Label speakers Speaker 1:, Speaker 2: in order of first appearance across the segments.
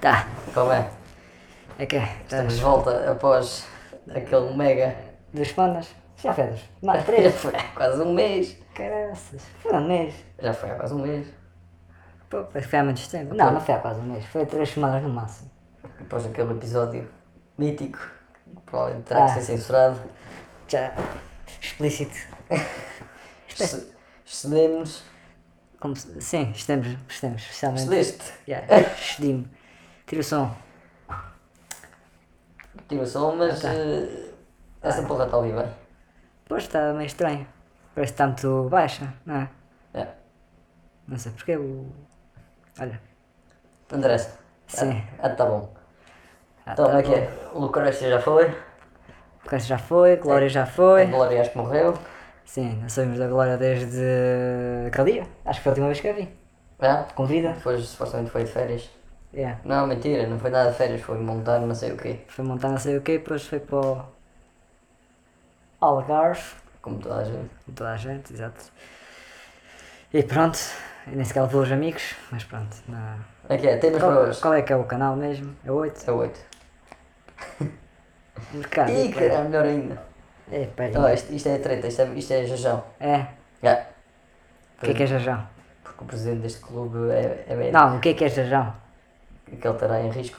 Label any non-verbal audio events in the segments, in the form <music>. Speaker 1: Tá, é.
Speaker 2: Qual é?
Speaker 1: ok.
Speaker 2: Estamos
Speaker 1: Estamos
Speaker 2: de volta após aquele mega.
Speaker 1: dos panas. Já foi dos. Mais
Speaker 2: <laughs> Já
Speaker 1: três.
Speaker 2: foi há quase um mês.
Speaker 1: Caraças. Foi um mês.
Speaker 2: Já foi há quase um mês.
Speaker 1: Pô, pois foi há muito tempo. Não, não foi há quase um mês. Foi três semanas no máximo.
Speaker 2: Após aquele episódio mítico. que Provavelmente terá que
Speaker 1: Ah.
Speaker 2: ser censurado.
Speaker 1: Já. Explícito.
Speaker 2: Cede- Cedemos.
Speaker 1: Como se- Sim, estamos. Estamos. Especialmente.
Speaker 2: Cedeste.
Speaker 1: Yeah. Estimo. Tira o som.
Speaker 2: Tira o som, mas eh,
Speaker 1: Ah.
Speaker 2: essa porra está ali bem.
Speaker 1: Pois está meio estranho. Parece que está muito baixa, não é?
Speaker 2: É.
Speaker 1: Não sei porquê. O... Olha.
Speaker 2: Não interessa.
Speaker 1: Sim.
Speaker 2: Ah, tá bom.
Speaker 1: Ah,
Speaker 2: então,
Speaker 1: tá
Speaker 2: como é que é? O Lucrécia já foi.
Speaker 1: O Cássio já foi, Glória já foi.
Speaker 2: A Glória acho que morreu.
Speaker 1: Sim, nós sabemos da Glória desde aquele dia. Acho que foi a última vez que a vi.
Speaker 2: Ah,
Speaker 1: Com vida.
Speaker 2: depois supostamente foi de férias.
Speaker 1: Yeah.
Speaker 2: Não, mentira, não foi nada de férias, foi montar não sei o quê.
Speaker 1: Foi montar não sei o quê, depois foi para o Algarve,
Speaker 2: Como toda a gente.
Speaker 1: com toda a gente, exato. E pronto, eu nem sequer levou os amigos, mas pronto. não-
Speaker 2: Como é que é? Temas para
Speaker 1: Qual,
Speaker 2: hoje.
Speaker 1: qual é que é o Um canal mesmo? É 8?
Speaker 2: É oito.
Speaker 1: Mercado.
Speaker 2: Ih, caralho, melhor ainda.
Speaker 1: É, pera.
Speaker 2: Não, isto, isto é treta, isto é, isto é jajão.
Speaker 1: É,
Speaker 2: Já.
Speaker 1: o que é que é Jajão?
Speaker 2: Porque o presidente deste clube é, é bem.
Speaker 1: Não, o que é que é Jajão?
Speaker 2: Que ele estará em risco.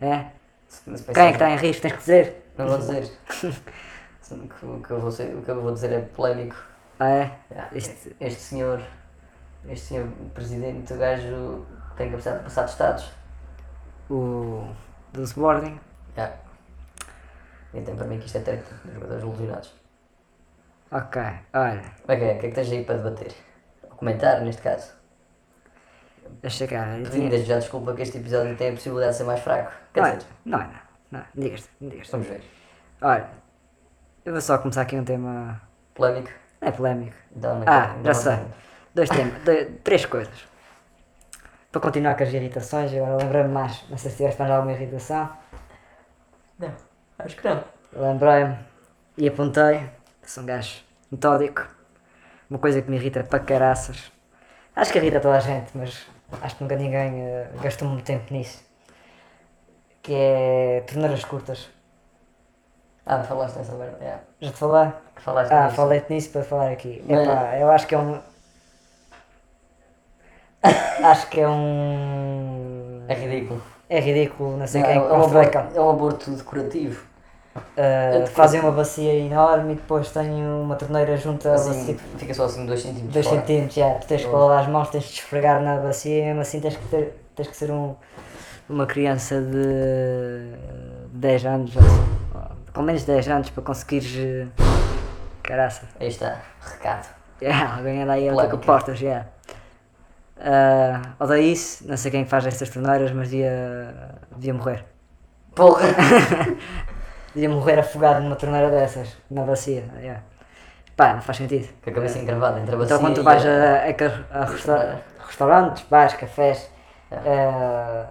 Speaker 1: É?
Speaker 2: Se- se pensar-
Speaker 1: Quem é que está em risco? Tens que dizer?
Speaker 2: Não
Speaker 1: <laughs>
Speaker 2: vou dizer. Se- o que- o, que eu vou ser- o que eu vou dizer é polémico.
Speaker 1: Ah, é?
Speaker 2: Já.
Speaker 1: Este-
Speaker 2: Este senhor, este senhor presidente, o gajo tem capacidade de passar de estados.
Speaker 1: O. do Sporting?
Speaker 2: Já. Ah. Então, para mim, que isto é treta dos jogadores lesionados.
Speaker 1: Ok, olha.
Speaker 2: Como é que é? O que é que tens aí para debater? Ou comentar, neste caso?
Speaker 1: Deixa cá ver. eu
Speaker 2: Pedindo
Speaker 1: tinha-
Speaker 2: desde já desculpa que este episódio tem a possibilidade de ser mais fraco. Quer
Speaker 1: Não é,
Speaker 2: dizer,
Speaker 1: não é, não. não. Digas, digas.
Speaker 2: vamos ver.
Speaker 1: Olha, eu vou só começar aqui um tema.
Speaker 2: Polémico?
Speaker 1: Não é polémico.
Speaker 2: Então, não
Speaker 1: Ah, já
Speaker 2: não não-
Speaker 1: sei. Dois temas, dois- três coisas. Para continuar com as irritações, agora lembrei-me mais. Não sei se tiveste mais alguma irritação.
Speaker 2: Não, acho que não.
Speaker 1: Lembrei-me e apontei. Sou um gajo metódico. Uma coisa que me irrita para caraças. Acho que irrita toda a gente, mas acho que nunca ninguém eh, gastou muito tempo nisso. Que é torneiras curtas.
Speaker 2: Ah, falaste nessa merda, já.
Speaker 1: Já te falar?
Speaker 2: Que Falaste
Speaker 1: Ah,
Speaker 2: nisso.
Speaker 1: falei-te nisso para falar aqui.
Speaker 2: Mas-
Speaker 1: Epá, eu acho que é um. <laughs> acho que é um.
Speaker 2: É ridículo.
Speaker 1: É ridículo, não sei
Speaker 2: Não,
Speaker 1: quem.
Speaker 2: é, um
Speaker 1: constrói cá.
Speaker 2: aborto, é um aborto decorativo. é
Speaker 1: Ah, fazem uma bacia enorme e depois têm uma torneira junto à
Speaker 2: Assim,
Speaker 1: bacia.
Speaker 2: fica só assim 2 centímetros.
Speaker 1: 2
Speaker 2: fora.
Speaker 1: centímetros, já. Tu tens que lavar as mãos, tens de esfregar na bacia e mesmo assim tens que, ter, tens que ser um. Uma criança de 10 anos, ou assim, com menos de 10 anos, para conseguires. eh, Caraça.
Speaker 2: Aí está, recado.
Speaker 1: Yeah, alguém anda aí a
Speaker 2: Polémica.
Speaker 1: tocar portas, yeah. Ah, odeio isso, não sei quem faz estas torneiras, mas devia, devia morrer. <laughs>
Speaker 2: Porra!
Speaker 1: Devia morrer afogado numa torneira dessas, na bacia. Yeah. Pá, não faz sentido.
Speaker 2: Com a cabeça encravada entre a bacia
Speaker 1: Então quando tu
Speaker 2: e
Speaker 1: vais
Speaker 2: a- É.
Speaker 1: a, a ca- a resta- restaurantes, bares, cafés, ah,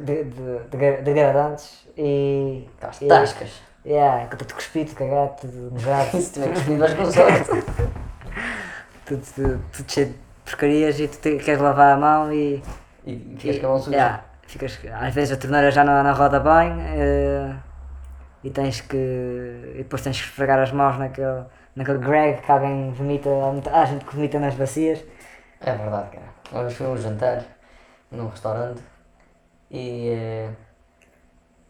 Speaker 1: de- de- de- degradantes e...
Speaker 2: Aquelas
Speaker 1: e-
Speaker 2: tascas.
Speaker 1: Yeah, com tudo cuspido, cagado, tudo
Speaker 2: E <laughs>
Speaker 1: mijado,
Speaker 2: Se tiver cuspido, vais com
Speaker 1: <laughs>
Speaker 2: sorte.
Speaker 1: tudo, tudo, tudo cheio de porcarias e tu te- queres lavar a mão e...
Speaker 2: E ficas com a mão suja.
Speaker 1: Yeah, ficas- às vezes a torneira já não, não roda bem eh, e tens que. E depois tens que esfregar as mãos naquele, naquele Greg que alguém vomita, há muita- há gente que vomita nas bacias.
Speaker 2: É verdade, cara. Uma vez fui a um jantar num restaurante e eh,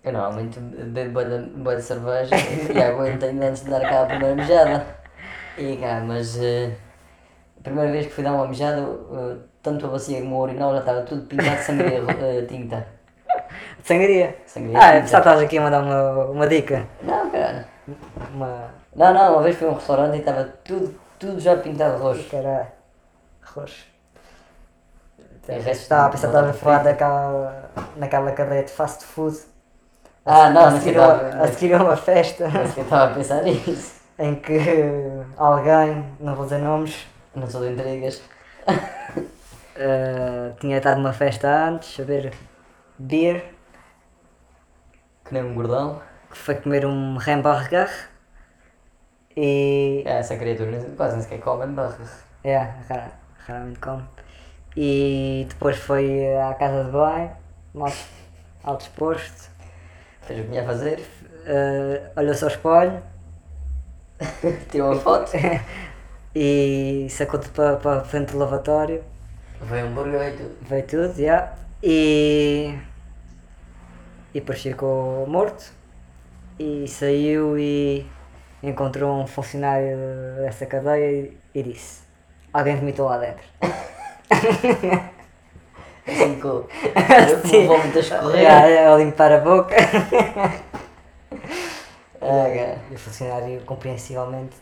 Speaker 2: eu normalmente bebo bué de- bué de cerveja e aguento ainda antes de dar cá a primeira mijada. E cá, mas eh, a primeira vez que fui dar uma mijada, eh, tanto a bacia como o urinal já estava tudo pintado de sangria eh, tinta.
Speaker 1: De sangria.
Speaker 2: Sangria.
Speaker 1: Ah, pessoal, estás aqui a mandar uma, uma dica.
Speaker 2: Não, cara.
Speaker 1: Uma.
Speaker 2: Não, não, uma vez fui a um restaurante e estava tudo, tudo já pintado de roxo.
Speaker 1: Cara. Roxo.
Speaker 2: E resto-
Speaker 1: Estava a pensar que estava a
Speaker 2: não estava
Speaker 1: falar daquela, naquela cadeia de fast food.
Speaker 2: Ah, não,
Speaker 1: a
Speaker 2: não
Speaker 1: seguir,
Speaker 2: sei,
Speaker 1: a, a
Speaker 2: estava-
Speaker 1: seguir a uma festa <laughs>
Speaker 2: eu estava a pensar nisso.
Speaker 1: em que alguém, não vou dizer nomes,
Speaker 2: Não sou de intrigas.
Speaker 1: Uh, tinha estado numa festa antes, a ver beer,
Speaker 2: Que nem um gordão.
Speaker 1: que foi comer um hamburger e.
Speaker 2: É, essa criatura quase nem sequer come hambúrguer.
Speaker 1: É, rara- raramente como. E depois foi à casa de banho, mal, alto exposto,
Speaker 2: Fez o que tinha a fazer, <laughs>
Speaker 1: eh, olhou-se ao espelho <laughs>
Speaker 2: tirou uma foto,
Speaker 1: e sacou tudo para, para a frente do lavatório,
Speaker 2: veio um burro e tudo.
Speaker 1: veio tudo, já, e. e depois ficou morto, e saiu e encontrou um funcionário dessa cadeia e, e disse: Alguém vomitou lá dentro.
Speaker 2: Assim com com o vômito a
Speaker 1: Já, <laughs>
Speaker 2: escorrer.
Speaker 1: é, a limpar a
Speaker 2: <laughs>
Speaker 1: boca. É.
Speaker 2: Ah, cara.
Speaker 1: E o funcionário, compreensivelmente,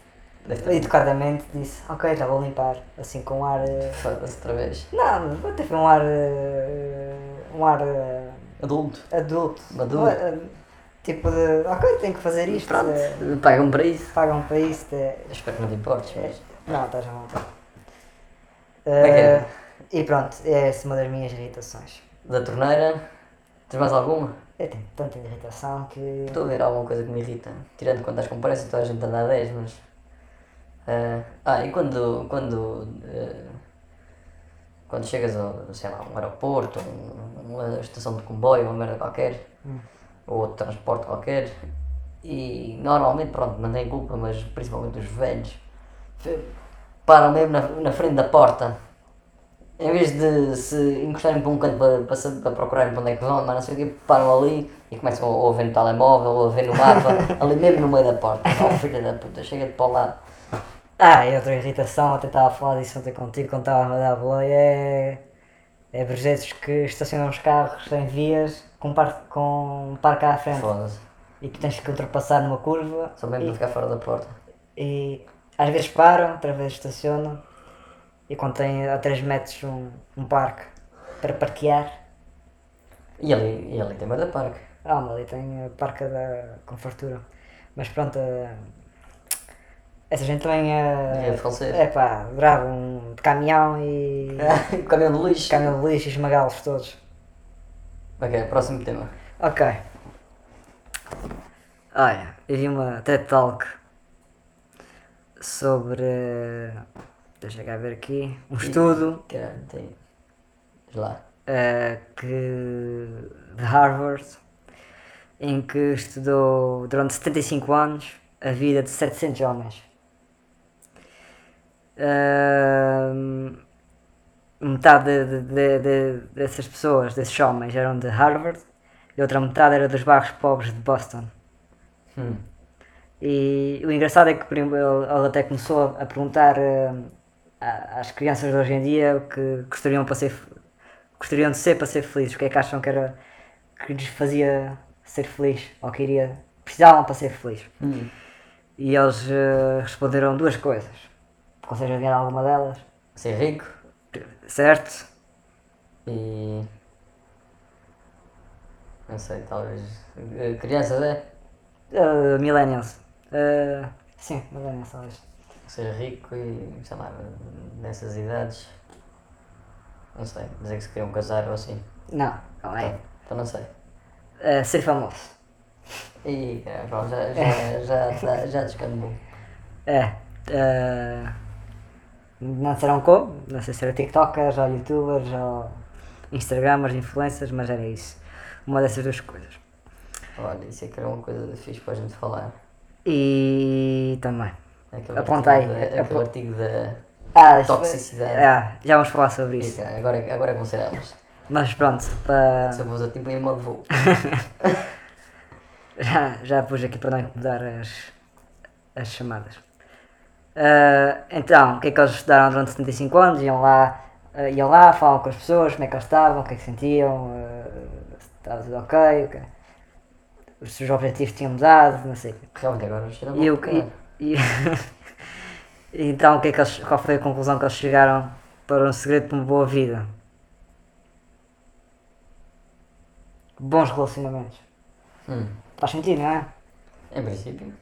Speaker 2: Deve ter-
Speaker 1: educadamente, disse: Ok, já vou limpar. Assim, com um ar. eh,
Speaker 2: Foda-se outra vez.
Speaker 1: Não, vou ter um ar. eh, um ar eh,
Speaker 2: Adulto.
Speaker 1: adulto.
Speaker 2: Maduro.
Speaker 1: Um, eh, tipo de. Ok, tenho que fazer isto. eh,
Speaker 2: Pronto, pagam para isso.
Speaker 1: pagam para isto. eh,
Speaker 2: Espero que não te importes,
Speaker 1: eh,
Speaker 2: mas.
Speaker 1: Não, estás a montar.
Speaker 2: Ok.
Speaker 1: Ah, e pronto, essa é uma das minhas irritações.
Speaker 2: Da torneira, tens mais alguma?
Speaker 1: Eu tenho tanta irritação que.
Speaker 2: Estou a ver alguma coisa que me irrita. Tirando quando estás com pressa, toda a gente anda a 10, mas. ah, ah, e quando. Quando. ah, quando chegas a, sei lá, um aeroporto, um- uma estação de comboio, uma merda qualquer, ou outro transporte qualquer, e normalmente, pronto, não tem culpa, mas principalmente os velhos, fe- param mesmo na, na frente da porta. Em vez de se encostarem para um canto para, para, sa- para procurarem para onde é que vão, mas não sei o quê, param ali e começam ou a ver no telemóvel ou a ver no mapa, ali mesmo no meio da porta. Oh, filha da puta, chega-te para o lado.
Speaker 1: Ah, e outra irritação, até estava a falar disso ontem contigo quando estava a dar a boleia, é. é brejetos que estacionam os carros em vias com, par... com um parque à frente
Speaker 2: Foda-se.
Speaker 1: e tu tens que ultrapassar numa curva
Speaker 2: Só mesmo para ficar fora da porta.
Speaker 1: e às vezes param, outras vezes estacionam e quando tem a 3 metros um, um parque para parquear.
Speaker 2: E ali, e ali tem meio da parque. <laughs>
Speaker 1: Ah, mas ali tem a parca da Confortura. Mas pronto, eh, essa gente também
Speaker 2: É,
Speaker 1: é.
Speaker 2: francês.
Speaker 1: É pá, grava um caminhão e.
Speaker 2: o caminhão de lixo.
Speaker 1: Caminhão de lixo e esmagá-los todos.
Speaker 2: Ok, próximo tema.
Speaker 1: Ok. Olha, eu vi uma TED Talk sobre. Deixa cá ver aqui. Um estudo
Speaker 2: Caralho, tem. Diz lá.
Speaker 1: eh, que. de Harvard, em que estudou durante 75 anos a vida de 700 homens. Ahm, Eh, metade de- de- de- dessas pessoas, desses homens, eram de Harvard e a outra metade era dos bairros pobres de Boston.
Speaker 2: Hum.
Speaker 1: E o engraçado é que prim- ele ele até começou a perguntar eh, a- às crianças de hoje em dia o que gostariam, para ser, f- gostariam de ser para ser felizes, o que é que acham que era que lhes fazia ser feliz ou que iria, precisavam para ser feliz.
Speaker 2: Hum.
Speaker 1: E eles eh, responderam duas coisas. Consegues adivinhar alguma delas?
Speaker 2: Ser rico
Speaker 1: Certo?
Speaker 2: e. Não sei, talvez. eh, Crianças é?
Speaker 1: Eh, millennials. Eh, sim, millennials talvez.
Speaker 2: Ser rico e. sei lá, nessas idades. Não sei, dizer que se queriam casar ou assim.
Speaker 1: Não, não é.
Speaker 2: Então não sei.
Speaker 1: Eh, ser famoso.
Speaker 2: E caralho, pronto,
Speaker 1: <laughs>
Speaker 2: já, já, já, já, já descambou.
Speaker 1: É. eh, não serão como, não sei se era TikTokers ou YouTubers ou Instagramers, influencers, mas era isso. Uma dessas duas coisas.
Speaker 2: Olha, isso é que era uma coisa fixe para a gente falar.
Speaker 1: E também.
Speaker 2: Aquele
Speaker 1: Aponta
Speaker 2: artigo
Speaker 1: aí,
Speaker 2: da- aquele
Speaker 1: apo-
Speaker 2: artigo da.
Speaker 1: Ah, isto-
Speaker 2: Toxicidade.
Speaker 1: Ah, já vamos falar sobre
Speaker 2: Ih,
Speaker 1: isso. Ah.
Speaker 2: caralho, Agora, agora é que vão ser elas.
Speaker 1: Mas pronto, para.
Speaker 2: Se eu vou usar tipo em modo voo.
Speaker 1: Já, já pus aqui para não incomodar as, as chamadas. Ah, então, o que é que eles estudaram durante 75 anos? Iam lá, ah, iam lá, falavam com as pessoas, como é que eles estavam, o que é que sentiam, ah, se estava tudo ok, o que- os seus objetivos tinham mudado, não sei.
Speaker 2: Realmente agora cheira
Speaker 1: E, o que- e- e- <laughs> então, o que é que eles, qual foi a conclusão que eles chegaram para um segredo para uma boa vida? Bons relacionamentos.
Speaker 2: Hum,
Speaker 1: Faz sentido, não é?
Speaker 2: em princípio.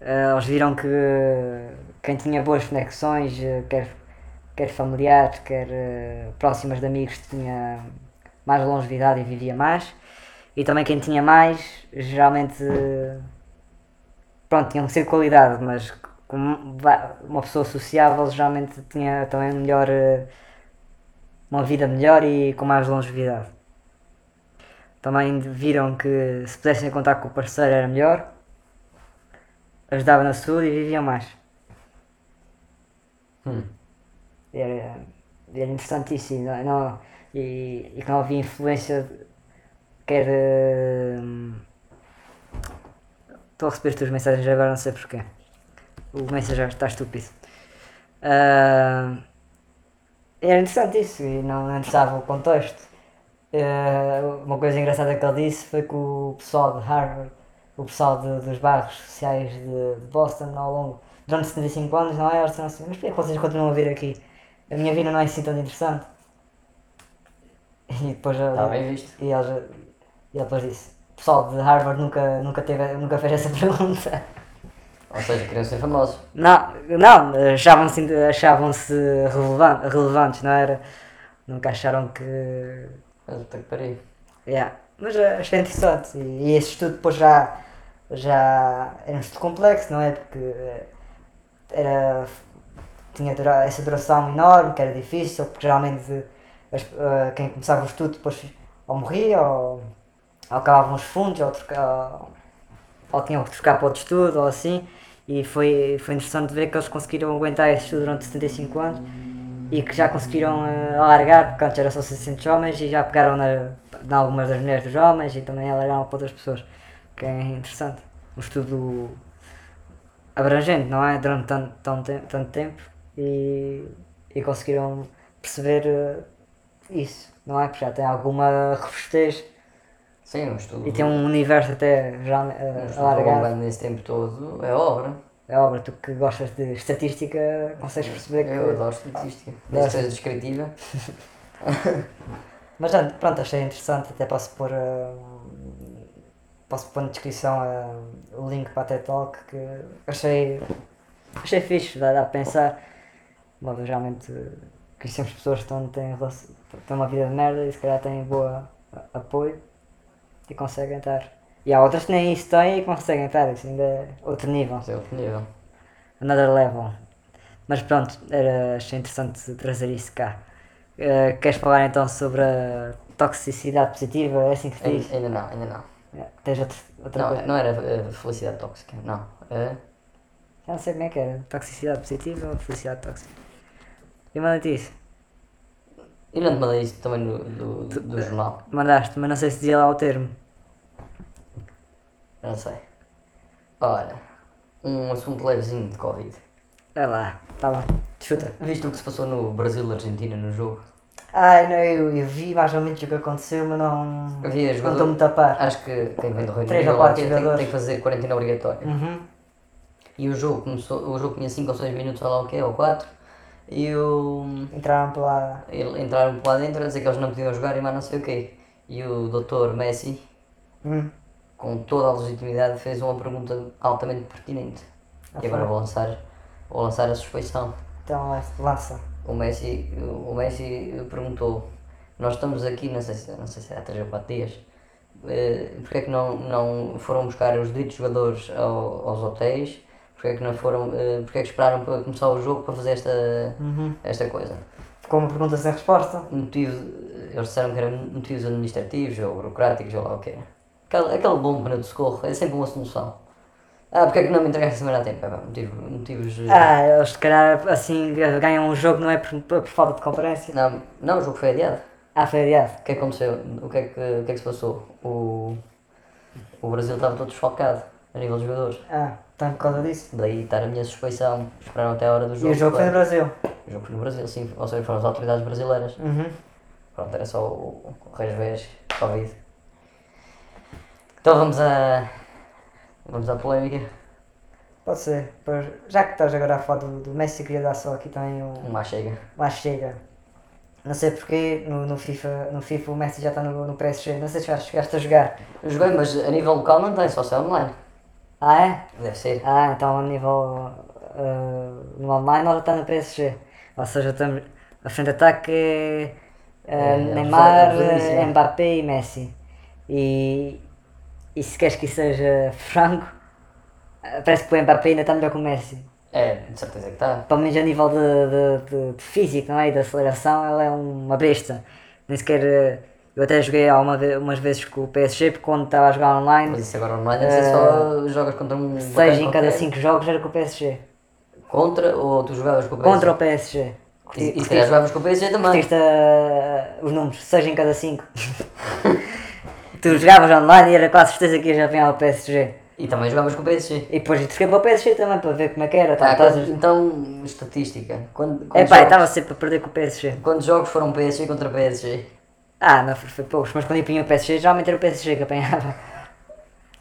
Speaker 1: Eh, eles viram que quem tinha boas conexões, eh, quer, quer familiares, quer eh, próximas de amigos, tinha mais longevidade e vivia mais. E também quem tinha mais, geralmente, eh, pronto, tinham que ser de qualidade, mas como va- uma pessoa sociável geralmente tinha também melhor, eh, uma vida melhor e com mais longevidade. Também viram que se pudessem contar com o parceiro era melhor. Ajudava na saúde e viviam mais.
Speaker 2: Hum.
Speaker 1: E Era, era interessantíssimo. Não, é? não- e, e que não havia influência de- quer. eh, Estou a receber as tuas mensagens agora, não sei porquê. O mensageiro está estúpido. Ah, era é interessante isso e não não interessava o contexto. Eh, uma coisa engraçada que ele disse foi que o pessoal de Harvard, o pessoal de- dos bairros sociais de, de Boston, ao longo, durante 75 anos, não é? Eles disseram assim, mas porquê que vocês continuam a vir aqui? A minha vida não é assim tão interessante. E depois ele-
Speaker 2: Está Tá bem visto.
Speaker 1: e eles, e ele depois disse, o pessoal de Harvard nunca, nunca, teve, nunca fez essa <laughs> pergunta.
Speaker 2: Ou seja, queriam ser famosos.
Speaker 1: Não, não achavam-se achavam relevan, relevantes, não era? Nunca acharam que.
Speaker 2: Mas puta que pariu.
Speaker 1: Yeah. Mas eh, achei interessante. E, e esse estudo depois já, já era um estudo complexo, não é? Porque eh, era, tinha dura- essa duração enorme, que era difícil, porque geralmente as- eh, quem começava o estudo depois ou morria, ou, ou acabavam os fundos, ou, troca- ou, ou tinham que trocar para outro estudo, ou assim. E foi, foi interessante ver que eles conseguiram aguentar esse estudo durante 75 anos e que já conseguiram eh, alargar, porque antes era só 600 homens e já pegaram na, na algumas das mulheres dos homens e também alargaram para outras pessoas, que é interessante. Um estudo abrangente, não é? Durante tanto, tão tem- tanto tempo e, e conseguiram perceber eh, isso, não é? Porque já tem alguma robustez
Speaker 2: Sim, um estudo.
Speaker 1: e tem um universo até já eh,
Speaker 2: um estudo
Speaker 1: alargado.
Speaker 2: bombando nesse tempo todo. É obra.
Speaker 1: É obra, tu que gostas de estatística, consegues perceber que. Ah.
Speaker 2: Eu adoro estatística.
Speaker 1: Deve
Speaker 2: Deve ser descritiva.
Speaker 1: Mas não, pronto, achei interessante, até posso pôr ah, posso pôr na descrição ah, o link para a TED Talk que achei achei fixe, dá, dá a pensar. Mas geralmente eh, conhecemos pessoas que estão, têm, relac- têm uma vida de merda e se calhar têm boa a- apoio e conseguem estar. E há outras que nem isso têm e que não conseguem estar, isso ainda é outro nível,
Speaker 2: Mas é outro nível.
Speaker 1: another level. Mas pronto, era, achei interessante trazer isso cá. Ah, queres falar então sobre a toxicidade positiva? É assim que se diz? Eh,
Speaker 2: Ainda, ainda não, ainda não.
Speaker 1: Tens outra, outra coisa?
Speaker 2: Não, não era eh, felicidade tóxica, não. É,
Speaker 1: Já não sei como é que era. Toxicidade positiva ou felicidade tóxica? E mandei-te isso.
Speaker 2: eu não te mandei isso também no, do, do, do jornal.
Speaker 1: Mandaste, mas não sei se dizia lá o termo.
Speaker 2: Eu Não sei. Ora, um assunto levezinho de Covid.
Speaker 1: Vai lá, tá bom. Chuta.
Speaker 2: Viste o que se passou no Brasil-Argentina no jogo?
Speaker 1: Ai, não, eu, eu vi mais ou menos o que aconteceu, mas não.
Speaker 2: Eu vi a
Speaker 1: Não
Speaker 2: jogador-
Speaker 1: estou muito a par.
Speaker 2: Acho que quem vem do Reino
Speaker 1: Três
Speaker 2: Unido
Speaker 1: ou quatro
Speaker 2: tem, tem, tem
Speaker 1: jogadores.
Speaker 2: que fazer quarentena obrigatória.
Speaker 1: Uhum.
Speaker 2: E o jogo começou, o jogo tinha 5 ou 6 minutos, sei lá o que, ou 4. E o,
Speaker 1: Entraram pela.
Speaker 2: ele- entraram por lá dentro a dizer que eles não podiam jogar e mais não sei o quê. E o doutor Messi,
Speaker 1: Hum.
Speaker 2: com toda a legitimidade, fez uma pergunta altamente pertinente. E agora vou lançar, vou lançar a suspeição.
Speaker 1: Então, é, lança.
Speaker 2: O Messi, o Messi perguntou, nós estamos aqui, não sei se, não sei se há 3 ou 4 dias, eh, porque é que não, não foram buscar os ditos jogadores ao- aos hotéis, porque é que não foram, eh, porque é que esperaram para começar o jogo para fazer esta,
Speaker 1: Uhum.
Speaker 2: esta coisa.
Speaker 1: Ficou uma pergunta sem resposta.
Speaker 2: Motivos, eles disseram que eram motivos administrativos ou burocráticos ou lá o que era. Aquele, aquele bom pneu de socorro é sempre uma solução. Ah, porque é que não me entregaste a semana a tempo? Ah, pá, motivos, motivos eh,
Speaker 1: Ah, eles se calhar assim ganham um jogo, não é por, por falta de conferência.
Speaker 2: não, não, o jogo foi adiado.
Speaker 1: Ah, foi adiado.
Speaker 2: O que é que aconteceu? O que é que, o que, é que se passou? O, o Brasil estava todo desfalcado a nível de jogadores.
Speaker 1: Ah, então por causa disso.
Speaker 2: Daí estar a minha suspeição. Esperaram até a hora do
Speaker 1: E
Speaker 2: jogo.
Speaker 1: o jogo foi no
Speaker 2: claro.
Speaker 1: Brasil.
Speaker 2: O jogo foi no Brasil, sim. Ou seja, foram as autoridades brasileiras.
Speaker 1: Uhum.
Speaker 2: Pronto, era só o, o revés, Covid. Então vamos a. Vamos à polémica.
Speaker 1: Pode ser. Pois, já que estás agora a falar do, do Messi, queria dar só aqui também um.
Speaker 2: Uma chega.
Speaker 1: Lá chega. Não sei porquê, no, no, FIFA, no FIFA o Messi já está no, no PSG. Não sei se já chegaste a jogar.
Speaker 2: Eu joguei, mas a nível local não tem, só se é online.
Speaker 1: Ah, é?
Speaker 2: Deve ser.
Speaker 1: Ah, então a nível. ah, no online ela está no PSG. Ou seja, estamos. A frente de ataque é. ah,
Speaker 2: É, é
Speaker 1: Neymar, eh,
Speaker 2: absolutamente isso, é.
Speaker 1: Mbappé e Messi. E. E se queres que isso seja franco, ah, parece que o Mbappé ainda está melhor que o Messi.
Speaker 2: É, de certeza que está.
Speaker 1: pelo menos a nível de, de, de- de físico, não é? E de aceleração, ela é uma besta. Nem sequer. eh, Eu até joguei alguma ve- umas vezes com o PSG, porque quando estava a jogar online,
Speaker 2: Mas isso agora online deve ser só jogas contra um.
Speaker 1: 6 Eh, em
Speaker 2: botão
Speaker 1: cada
Speaker 2: qualquer.
Speaker 1: 5 jogos era com o PSG.
Speaker 2: Contra ou tu jogavas com o PSG?
Speaker 1: Contra o PSG.
Speaker 2: é. E, e se calhar jogavas com o PSG também.
Speaker 1: Curtiste ah, os números, 6 em cada
Speaker 2: <laughs>
Speaker 1: 5. tu jogavas online e era quase certeza que ias apanhar o PSG.
Speaker 2: E também jogavas com o PSG.
Speaker 1: E depois eu fiquei para o PSG também para ver como é que era.
Speaker 2: Tá,
Speaker 1: Tá,
Speaker 2: quando- então, estatística. Quando,
Speaker 1: É
Speaker 2: quantos,
Speaker 1: pá, eu
Speaker 2: jogos,
Speaker 1: estava sempre a perder com o PSG.
Speaker 2: quantos jogos foram PSG contra PSG?
Speaker 1: Ah, não foi, foi poucos, mas quando eu apanhei o PSG, geralmente era o PSG que apanhava. <laughs>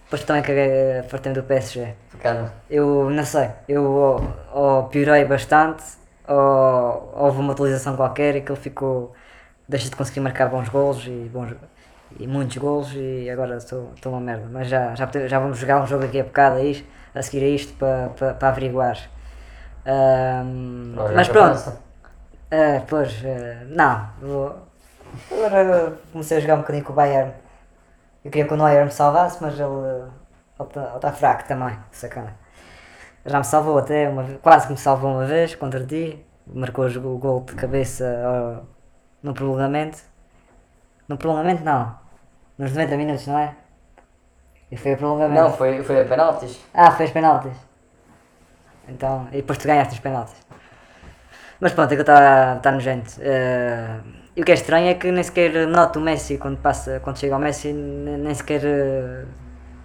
Speaker 1: Depois também caguei a partida do PSG.
Speaker 2: Pecado.
Speaker 1: Eu não sei, eu ou, ou piorei bastante, ou houve uma atualização qualquer e que ele ficou. deixa de conseguir marcar bons golos e bons. e muitos golos e agora estou estou uma merda. Mas já, já, pode- já vamos jogar um jogo aqui a bocado a, isto, a seguir a isto para pa, pa averiguar. Ahm,
Speaker 2: Olha,
Speaker 1: mas
Speaker 2: que
Speaker 1: pronto,
Speaker 2: avança.
Speaker 1: ah, pois, ah, não. vou- Agora comecei a jogar um bocadinho com o Bayern. Eu queria que o Neuer me salvasse, mas ele está fraco também, sacana. Já me salvou até, uma, ve- quase que me salvou uma vez contra ti. Marcou o gol de cabeça ao- no prolongamento. No prolongamento, não. Nos 90 minutos, não é? E foi o prolongamento.
Speaker 2: Não, foi, foi a penaltis.
Speaker 1: Ah, fez penaltis. Então, e depois tu ganhaste os penaltis. Mas pronto, aquilo está tá nojento. Eh, e o que é estranho é que nem sequer noto o Messi quando, passa, quando chega ao Messi, ne- nem sequer. eh,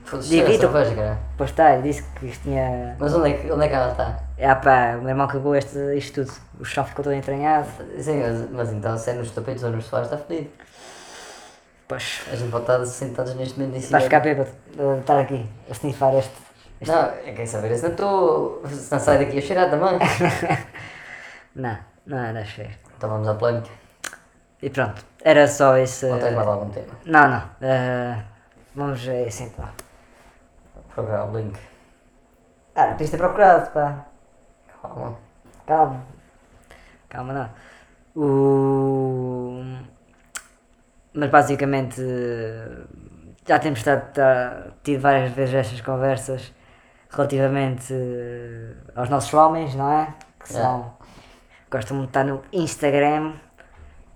Speaker 2: Foda-se,
Speaker 1: Digo,
Speaker 2: cheira a
Speaker 1: então-
Speaker 2: cerveja, cara.
Speaker 1: Pois está, eu disse que isto tinha.
Speaker 2: Mas onde é, que, onde é que ela está?
Speaker 1: Ah pá, o meu irmão cagou este, isto tudo. O chão ficou todo entranhado.
Speaker 2: Sim, mas, mas então se é nos tapetes ou nos sofás está fedido.
Speaker 1: Pois,
Speaker 2: A gente pode estar sentados neste momento em cima.
Speaker 1: vais ficar bêbado de estar aqui a snifar este. <laughs>
Speaker 2: Não, é quem saber, se não estou. Se não sai daqui a cheirar também.
Speaker 1: Não, não era feio.
Speaker 2: então vamos à polémica.
Speaker 1: E pronto, era só esse.
Speaker 2: Ou tens mais algum tema?
Speaker 1: Não, não. eh, vamos a esse então.
Speaker 2: Procurar o link.
Speaker 1: Ah, não podias ter procurado, pá.
Speaker 2: Calma.
Speaker 1: Calma. Calma, não. O... Mas basicamente já temos estado- tá- tido várias vezes estas conversas relativamente eh, aos nossos homens, não é? Que são. Gostam muito de estar no Instagram.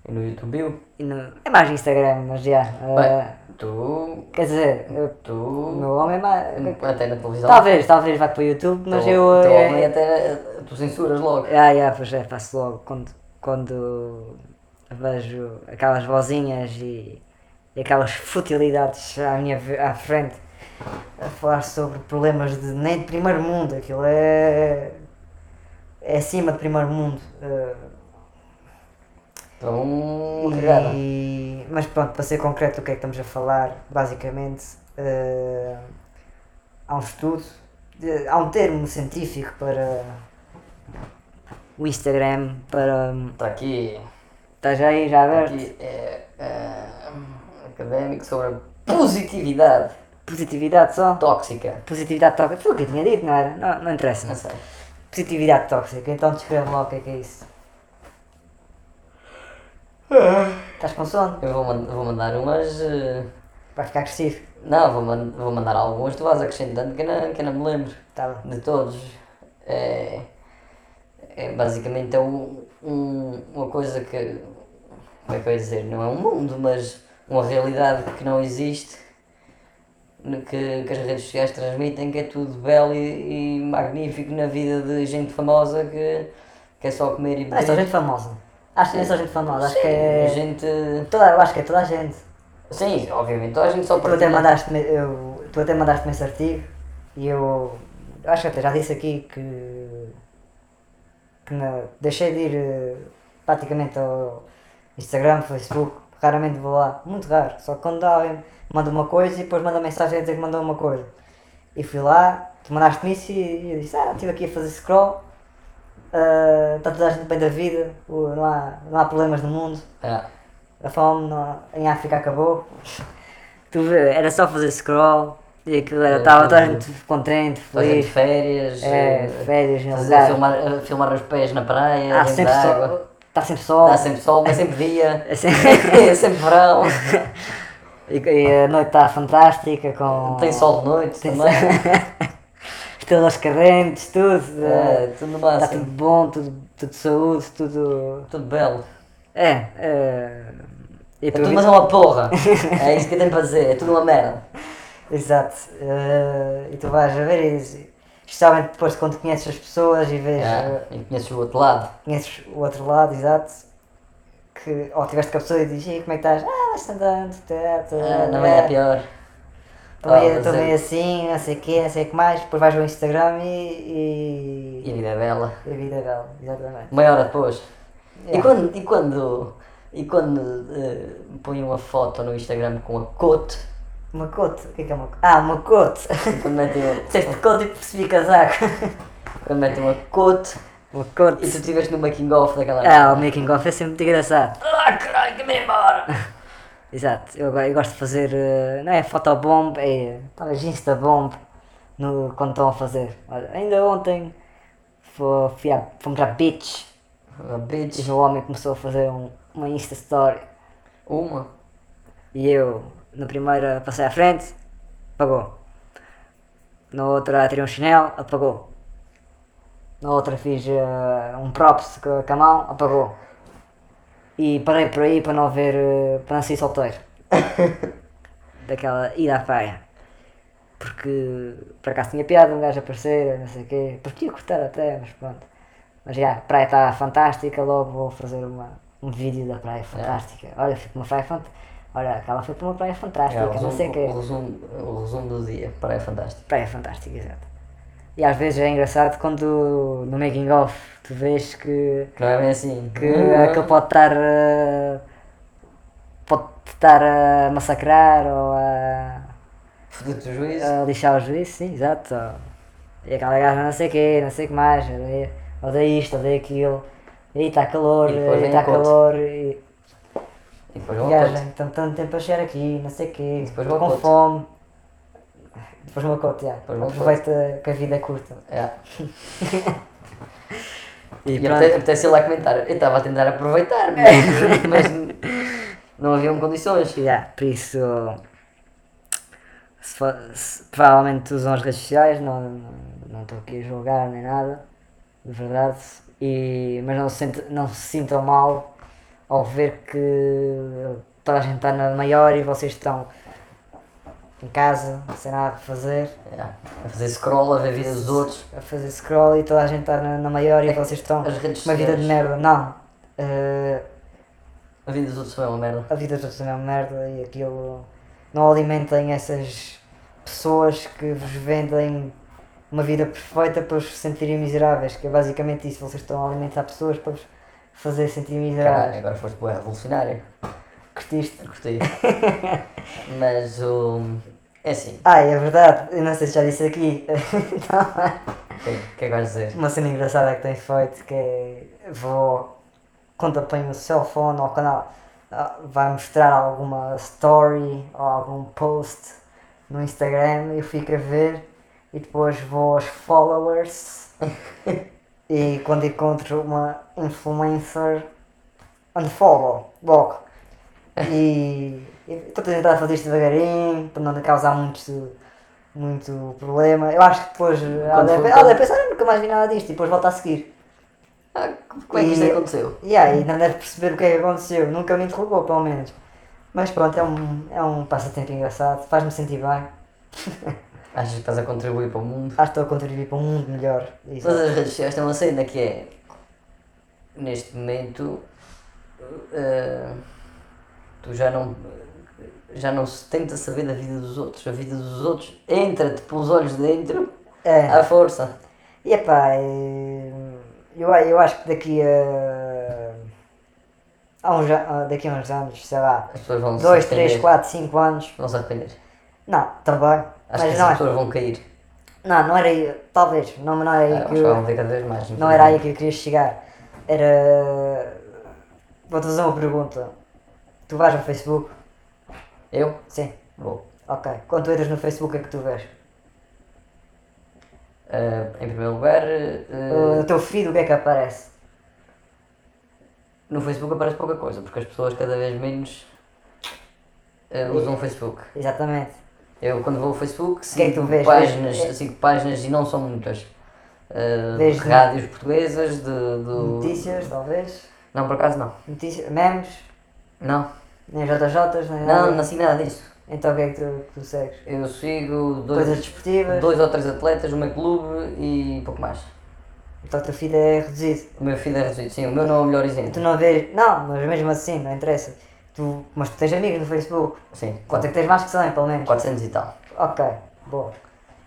Speaker 2: E no YouTube?
Speaker 1: E no- É mais Instagram, mas já. eh,
Speaker 2: Tu.
Speaker 1: quer dizer, eu- o
Speaker 2: Tu.
Speaker 1: meu homem é mais.
Speaker 2: Até na televisão.
Speaker 1: Talvez, talvez vá para o YouTube, Tá, mas
Speaker 2: Tu-
Speaker 1: eu.
Speaker 2: Tu,
Speaker 1: eh,
Speaker 2: homem, até, tu censuras logo.
Speaker 1: Ah, yeah, pois é, faço logo quando, quando vejo aquelas vozinhas e, e aquelas futilidades à minha ve- à frente a falar sobre problemas de nem de primeiro mundo, aquilo é. é acima de primeiro mundo. eh,
Speaker 2: Então. Cagada.
Speaker 1: Ah, Hum. e, mas pronto, para ser concreto, o que é que estamos a falar? Basicamente, eh, há um estudo, de- há um termo científico para o Instagram, para.
Speaker 2: Está Tá aqui.
Speaker 1: Estás aí já aberto?
Speaker 2: Aqui é. ah, académico sobre a positividade
Speaker 1: Positividade só?
Speaker 2: tóxica. Tá
Speaker 1: Positividade tóxica. Foi o que eu tinha dito, não era? Não, não interessa.
Speaker 2: Não sei.
Speaker 1: Positividade tóxica, então descreve lá o que é que é isso. Estás com sono?
Speaker 2: Eu vou, man- vou mandar umas. eh,
Speaker 1: Vai ficar agressivo.
Speaker 2: Não, vou, man- vou mandar algumas, tu vais acrescentando que eu não, que eu não me lembro
Speaker 1: Tá bom.
Speaker 2: de todos. É, é basicamente é um, um- uma coisa que. Como é que eu ia dizer? Não é um mundo, mas uma realidade que não existe, no que, que as redes sociais transmitem, que é tudo belo e, e magnífico na vida de gente famosa que, que é só comer e
Speaker 1: Não é só
Speaker 2: beber.
Speaker 1: gente famosa. Acho que não é só gente famosa, acho que é.
Speaker 2: Gente.
Speaker 1: Toda, eu acho que é toda a gente.
Speaker 2: Sim, obviamente, toda a gente só
Speaker 1: Tu até
Speaker 2: partilha-
Speaker 1: mandaste-me eu- tu até mandaste esse artigo e eu acho que até já disse aqui que, que na- deixei de ir eh, praticamente ao Instagram, Facebook, raramente vou lá, muito raro, só que quando alguém manda uma coisa e depois manda mensagem a dizer que mandou uma coisa. E fui lá, tu mandaste-me isso e eu disse, ah, estive aqui a fazer scroll, ah, está toda a gente bem da vida, o- não há, não há problemas no mundo.
Speaker 2: Ah,
Speaker 1: A fome na- em África acabou. Tu vê, era só fazer scroll e aquilo era.
Speaker 2: É,
Speaker 1: Estava toda a
Speaker 2: tudo.
Speaker 1: gente contente,
Speaker 2: toda a gente de
Speaker 1: feliz.
Speaker 2: férias.
Speaker 1: É,
Speaker 2: eh,
Speaker 1: férias no
Speaker 2: Fazer
Speaker 1: lugar.
Speaker 2: filmar, eh, filmar os pés na praia,
Speaker 1: Há
Speaker 2: dentro
Speaker 1: sempre
Speaker 2: da água.
Speaker 1: sol. Está sempre sol.
Speaker 2: Está Tá sempre sol, mas sempre
Speaker 1: <laughs>
Speaker 2: dia. <laughs>
Speaker 1: É sempre-
Speaker 2: é sempre verão.
Speaker 1: E, e a noite está fantástica com.
Speaker 2: Tem sol de noite também.
Speaker 1: Estrelas cadentes, tudo.
Speaker 2: <laughs> É, tudo no
Speaker 1: Está
Speaker 2: máximo.
Speaker 1: tudo bom, tudo, tudo de saúde, tudo.
Speaker 2: Tudo belo.
Speaker 1: É, eh, E
Speaker 2: É
Speaker 1: tu,
Speaker 2: tudo mais uma
Speaker 1: <laughs>
Speaker 2: porra. É isso que eu tenho para dizer. É tudo uma merda.
Speaker 1: Exato. eh, e tu vais a ver e especialmente depois de quando conheces as pessoas e vês, eh,
Speaker 2: É, e conheces o outro lado.
Speaker 1: conheces o outro lado, exato. Que, ou tiveste com a pessoa e dizes, "Ei, como é que estás? Ah, vais andando, tá, tá,
Speaker 2: Ah, não é pior.
Speaker 1: Estou meio,
Speaker 2: Ah,
Speaker 1: tô
Speaker 2: mas é-
Speaker 1: meio assim, não sei o quê, não sei o que mais, depois vais ao Instagram e.
Speaker 2: E a
Speaker 1: e...
Speaker 2: vida é bela.
Speaker 1: A vida é dela, exatamente.
Speaker 2: Meia hora depois.
Speaker 1: É.
Speaker 2: E quando, e quando, e quando eh, põe uma foto no Instagram com a cote,
Speaker 1: Macote, o que é que é macote? Ah, <laughs> macote!
Speaker 2: quando metem uma,
Speaker 1: Disseste cote e percebi é casaco.
Speaker 2: quando metem uma cote e tu
Speaker 1: Macote.
Speaker 2: estiveste no making off daquela.
Speaker 1: Ah, o making off é sempre muito engraçado.
Speaker 2: Ah, caralho, que me embora!
Speaker 1: Exato, eu, go- eu gosto de fazer, eh, não é fotobomb, é talvez instabomb no, quando estão a fazer. Olha, ainda ontem fo- fui à- fomos à beach
Speaker 2: Uma bitch.
Speaker 1: e o homem começou a fazer um- uma insta story
Speaker 2: Uma.
Speaker 1: e eu na primeira passei à frente, apagou. Na outra tirei um chinelo, apagou. Na outra fiz eh, um props co- com a mão, apagou. E parei por aí para não ver, eh, para não sair
Speaker 2: <laughs>
Speaker 1: solteiro. Daquela ida à praia. Porque por acaso tinha piada um gajo aparecer, não sei o quê. Porque ia cortar até, mas pronto. Mas já, a praia está fantástica, logo vou fazer uma, um vídeo da
Speaker 2: É.
Speaker 1: praia fantástica. Olha, fui para uma praia fantástica. Olha, aquela foi para uma praia fantástica,
Speaker 2: É, o,
Speaker 1: não sei o
Speaker 2: resumo,
Speaker 1: quê.
Speaker 2: o, resumo, o resumo do dia. Para é fantástico.
Speaker 1: Praia fantástica, exato. E às vezes é engraçado quando no making of tu vês que,
Speaker 2: Que não é bem assim.
Speaker 1: que aquele pode estar. eh, pode estar a massacrar ou a,
Speaker 2: Fudeu-te o juízo.
Speaker 1: a lixar o juízo, sim, exato. ou- E aquela gaja não sei o quê, não sei o que mais, odeia, odeia é isto, odeia aquilo, e está calor,
Speaker 2: E depois
Speaker 1: e
Speaker 2: vem um
Speaker 1: está
Speaker 2: o coto.
Speaker 1: calor, e
Speaker 2: E depois uma
Speaker 1: gaja,
Speaker 2: cote.
Speaker 1: então tanto tempo a chegar aqui, não sei o quê,
Speaker 2: um depois
Speaker 1: tô
Speaker 2: vou
Speaker 1: com
Speaker 2: ao coto.
Speaker 1: fome. Depois uma cota, já.
Speaker 2: Depois um vou ao coto.
Speaker 1: aproveita que a vida é curta.
Speaker 2: É.
Speaker 1: E,
Speaker 2: E
Speaker 1: pronto.
Speaker 2: apete- apetece ir lá comentar. Eu estava a tentar
Speaker 1: <laughs>
Speaker 2: aproveitar, mas, mas não haviam condições.
Speaker 1: Yeah, por isso, se for- se provavelmente usam as redes sociais, não não estou aqui a julgar nem nada, de verdade, e, mas não se, sente- não se sintam mal ao ver que toda a gente está na maior e vocês estão em casa, sem nada a fazer,
Speaker 2: É. A fazer scroll, a ver a vida dos outros.
Speaker 1: a fazer scroll e toda a gente está na, na maior e vocês estão
Speaker 2: As redes
Speaker 1: com uma vida de
Speaker 2: sociais.
Speaker 1: merda. Não, eh,
Speaker 2: A vida dos outros foi uma merda.
Speaker 1: a vida toda é uma merda e aquilo não alimentem essas pessoas que vos vendem uma vida perfeita para vos sentirem miseráveis, que é basicamente isso, vocês estão a alimentar pessoas para vos fazer sentir
Speaker 2: Caralho,
Speaker 1: miseráveis.
Speaker 2: agora foste boa revolucionária.
Speaker 1: Curtiste? <laughs>
Speaker 2: Gostei. mas o. é assim.
Speaker 1: Ah, é verdade, eu não sei se já disse aqui.
Speaker 2: O que, o que é que vais dizer?
Speaker 1: uma cena engraçada que tenho feito que é vou quando apanho o cell phone ou quando ela, ah, vai mostrar alguma story ou algum post no Instagram eu fico a ver e depois vou aos followers e quando encontro uma influencer unfollow logo e e estou a tentar fazer isto devagarinho para não causar muito muito problema eu acho que depois ela
Speaker 2: Quando
Speaker 1: deve,
Speaker 2: for-
Speaker 1: ela deve pensar "Ah, nunca mais vi nada disto e depois volta a seguir
Speaker 2: Ah, como é que isto
Speaker 1: E-
Speaker 2: aconteceu?
Speaker 1: Yeah, e não deve perceber o que é que aconteceu, nunca me interrogou, pelo menos. Mas pronto, é um, é um passatempo engraçado, faz-me sentir bem.
Speaker 2: Achas que estás a contribuir para o mundo?
Speaker 1: Acho que estou a contribuir para um mundo melhor. Isso.
Speaker 2: Mas as redes sociais têm uma cena que é. Neste momento. eh, tu já não. Já não se tenta saber da vida dos outros. A vida dos outros entra-te pelos olhos dentro
Speaker 1: É.
Speaker 2: à força.
Speaker 1: E epá, eh, eu, a- eu acho que daqui a. a uns, a- daqui a uns anos, sei lá,
Speaker 2: As pessoas vão
Speaker 1: 2,
Speaker 2: se arrepender.
Speaker 1: 3, 4, 5 anos.
Speaker 2: Vão se arrepender.
Speaker 1: Não, também.
Speaker 2: Acho
Speaker 1: mas
Speaker 2: que
Speaker 1: não
Speaker 2: as
Speaker 1: é.
Speaker 2: pessoas vão cair.
Speaker 1: Não, não era aí. Talvez, não, não era aí
Speaker 2: Ah,
Speaker 1: que
Speaker 2: acho que
Speaker 1: eu-
Speaker 2: vão ver cada vez mais.
Speaker 1: Não era aí que eu queria chegar. Era. Vou-te fazer uma pergunta. Tu vais ao Facebook?
Speaker 2: Eu?
Speaker 1: Sim.
Speaker 2: Vou.
Speaker 1: Ok. Quando tu entras no Facebook, o que é que tu vês?
Speaker 2: Eh, em primeiro lugar, eh,
Speaker 1: Uh, no teu feed, o que é que aparece?
Speaker 2: no Facebook aparece pouca coisa, porque as pessoas cada vez menos eh, usam o Facebook.
Speaker 1: Exatamente.
Speaker 2: Eu quando vou ao Facebook
Speaker 1: que é que tu
Speaker 2: sigo
Speaker 1: vês? É.
Speaker 2: páginas,
Speaker 1: Vês-
Speaker 2: sigo páginas e não são muitas. Eh,
Speaker 1: Vês
Speaker 2: de
Speaker 1: de-
Speaker 2: rádios portuguesas, de, do-
Speaker 1: Notícias, talvez.
Speaker 2: Não, por acaso não.
Speaker 1: Notícias. Memes.
Speaker 2: Não.
Speaker 1: Nem JJs, nem nada.
Speaker 2: Não, não sigo nada disso.
Speaker 1: Então o que é que tu, que tu segues?
Speaker 2: Eu sigo
Speaker 1: Coisas
Speaker 2: dois,
Speaker 1: desportivas?
Speaker 2: dois ou três atletas, o meu clube e pouco mais.
Speaker 1: Então o teu feed é reduzido.
Speaker 2: O meu filho é reduzido, sim, o meu não é o melhor exemplo.
Speaker 1: Tu não vês. Não, mas mesmo assim, não interessa. Tu, mas tu tens amigos no Facebook.
Speaker 2: Sim,
Speaker 1: Quanto é que tens mais que 100, pelo menos?
Speaker 2: 400 e tal.
Speaker 1: Ok, boa.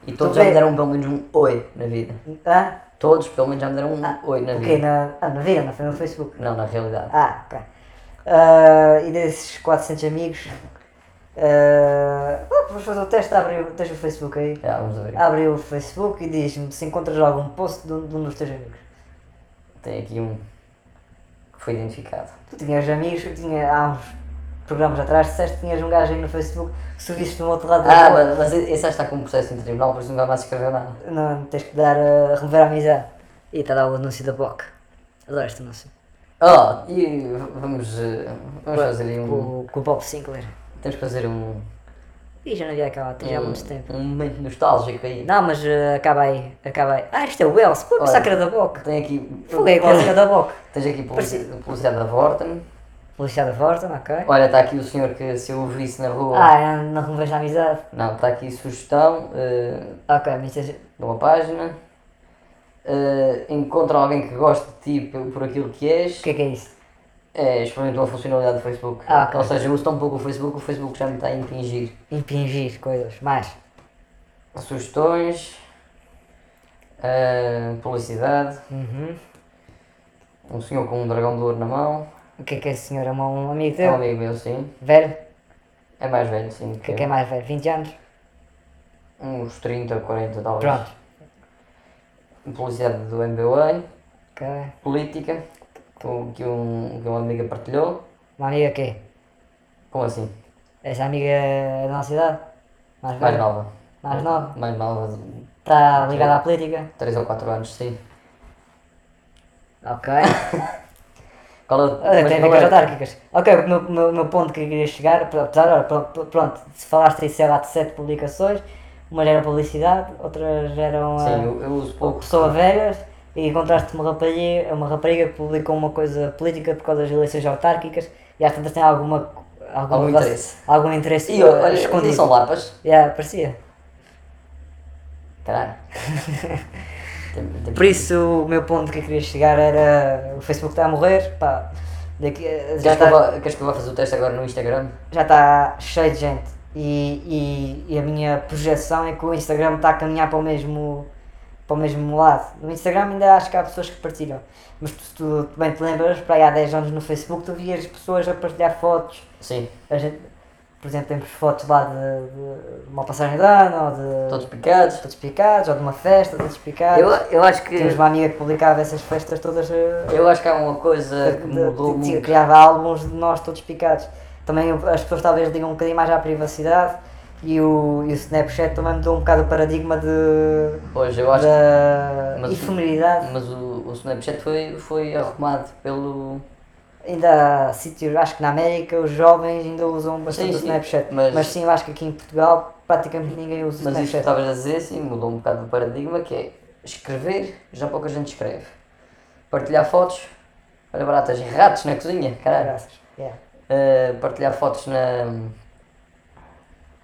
Speaker 2: E todos
Speaker 1: Tu
Speaker 2: já me
Speaker 1: vê-
Speaker 2: deram pelo menos um oi na vida.
Speaker 1: Hã?
Speaker 2: Todos pelo menos já me deram um oi na
Speaker 1: O
Speaker 2: vida.
Speaker 1: quê? Na, ah, na vida, Ah, não foi no Facebook.
Speaker 2: Não, na realidade.
Speaker 1: Ah, ok. Ah, e desses 400 amigos. ah, oh, vamos fazer o teste, abre o, tens o Facebook aí.
Speaker 2: Já, vamos abrir.
Speaker 1: Abre o Facebook e diz-me se encontras algum post de um, de um dos teus amigos.
Speaker 2: Tem aqui um que foi identificado.
Speaker 1: Tu tinhas amigos, eu tinha há uns programas atrás, disseste que tinhas um gajo aí no Facebook que subiste de um outro lado da
Speaker 2: Ah,
Speaker 1: rua.
Speaker 2: mas, mas esse acho que está com um processo em tribunal, por isso não vai mais escrever nada.
Speaker 1: Não, tens que dar a rever a amizade. E está a dar o anúncio da Block. Adoro este anúncio.
Speaker 2: Oh, e vamos, eh, vamos fazer aí um.
Speaker 1: Com, com o Bob Sinclair.
Speaker 2: Temos que fazer um.
Speaker 1: E já não havia aquela atriz há muito tempo.
Speaker 2: um, um momento nostálgico aí.
Speaker 1: Não, mas eh, acaba aí, acaba aí. Ah, isto é o Wells, pô, pensar que era da Boc.
Speaker 2: Tem aqui.
Speaker 1: Foguei que era da Boc.
Speaker 2: Tens aqui um polici- policial da Vorten.
Speaker 1: Policial da Vorta, ok.
Speaker 2: Olha, está aqui o senhor que se eu o visse na rua.
Speaker 1: Ah, é, não me vejo na amizade.
Speaker 2: Não, está aqui sugestão eh,
Speaker 1: Ok, mas isto é-
Speaker 2: de uma página. Eh, encontra alguém que goste de ti por, por aquilo que és.
Speaker 1: o que é que é isso?
Speaker 2: É, experimentou a funcionalidade do Facebook.
Speaker 1: Ah, ok.
Speaker 2: Ou seja, eu uso tão pouco o Facebook, o Facebook já me está a impingir
Speaker 1: Impingir coisas, mais.
Speaker 2: sugestões, ah, publicidade,
Speaker 1: Uhum.
Speaker 2: um senhor com um dragão de ouro na mão,
Speaker 1: O que é que é esse senhor? É um um amigo
Speaker 2: é um
Speaker 1: teu?
Speaker 2: amigo meu sim,
Speaker 1: Velho?
Speaker 2: é mais velho sim,
Speaker 1: O
Speaker 2: do
Speaker 1: que
Speaker 2: que
Speaker 1: é que é
Speaker 2: eu.
Speaker 1: mais velho? 20 anos?
Speaker 2: uns 30, 40 talvez.
Speaker 1: Pronto.
Speaker 2: Publicidade do MBA,
Speaker 1: Ok.
Speaker 2: política, que, um- que, um, que uma amiga partilhou.
Speaker 1: Uma amiga quê?
Speaker 2: Como assim?
Speaker 1: Essa amiga é da nossa idade? Mais
Speaker 2: Mais
Speaker 1: velha?
Speaker 2: nova.
Speaker 1: Mais nova?
Speaker 2: Mais nova, de
Speaker 1: Está ligada à política?
Speaker 2: 3 ou 4 anos, sim.
Speaker 1: <laughs> Ok.
Speaker 2: Qual é o-
Speaker 1: Ah,
Speaker 2: mas
Speaker 1: Tem a ver
Speaker 2: qual
Speaker 1: com as
Speaker 2: é-
Speaker 1: autárquicas. Ok, o meu, meu, meu ponto que eu queria chegar, apesar, olha, pro- pro- pronto, se falaste aí, sei lá, de sete publicações, umas eram publicidade, outras eram
Speaker 2: Sim,
Speaker 1: ah,
Speaker 2: eu, eu uso pouco.
Speaker 1: pessoa velhas, e encontraste uma rapariga, uma rapariga que publicou uma coisa política por causa das eleições autárquicas, e às tantas tem alguma, alguma
Speaker 2: Algum
Speaker 1: relação-
Speaker 2: interesse.
Speaker 1: algum interesse
Speaker 2: E
Speaker 1: ah,
Speaker 2: olha, escondi
Speaker 1: escondido.
Speaker 2: são lapas.
Speaker 1: Yeah, parecia.
Speaker 2: Caralho. Tem- tem-
Speaker 1: Por isso, o meu ponto que eu queria chegar era, o Facebook está a morrer, pá, daqui, a- já tá-
Speaker 2: Queres, que
Speaker 1: está...
Speaker 2: eu vá, queres que eu vá fazer o teste agora no Instagram?
Speaker 1: já está cheio de gente e, e, e a minha projeção é que o Instagram está a caminhar para o mesmo para o mesmo lado. No Instagram ainda acho que há pessoas que partilham, mas tu, se tu bem te lembras, para aí há 10 anos no Facebook tu vias pessoas a partilhar fotos,
Speaker 2: Sim.
Speaker 1: a gente, por exemplo, temos fotos lá de, de uma passagem de ano, ou de
Speaker 2: Todos picados.
Speaker 1: todos picados, ou de uma festa, todos picados.
Speaker 2: Eu, eu acho que
Speaker 1: Tínhamos uma amiga que publicava essas festas todas eh,
Speaker 2: eu acho que há uma coisa É
Speaker 1: de-
Speaker 2: que mudou
Speaker 1: de- de-
Speaker 2: muito.
Speaker 1: criava álbuns de nós todos picados. Também o- as pessoas talvez ligam um bocadinho mais à privacidade e o, e o Snapchat também mudou um bocado o paradigma de,
Speaker 2: Hoje eu acho
Speaker 1: da
Speaker 2: mas-
Speaker 1: efemeridade.
Speaker 2: mas o, o Snapchat foi, foi arrumado pelo.
Speaker 1: Ainda há sítios, acho que na América os jovens ainda usam bastante
Speaker 2: Sim,
Speaker 1: o
Speaker 2: sim,
Speaker 1: Snapchat,
Speaker 2: mas-
Speaker 1: mas... sim, eu acho que aqui em Portugal praticamente ninguém usa o
Speaker 2: Mas tá- isto que
Speaker 1: Snapchat.
Speaker 2: estavas a dizer sim, mudou um bocado o paradigma que é escrever, já pouca gente escreve. Partilhar fotos, olha baratas, ratos na cozinha,
Speaker 1: Ah,
Speaker 2: caralho.
Speaker 1: Graças. Yeah.
Speaker 2: Uh, partilhar fotos na.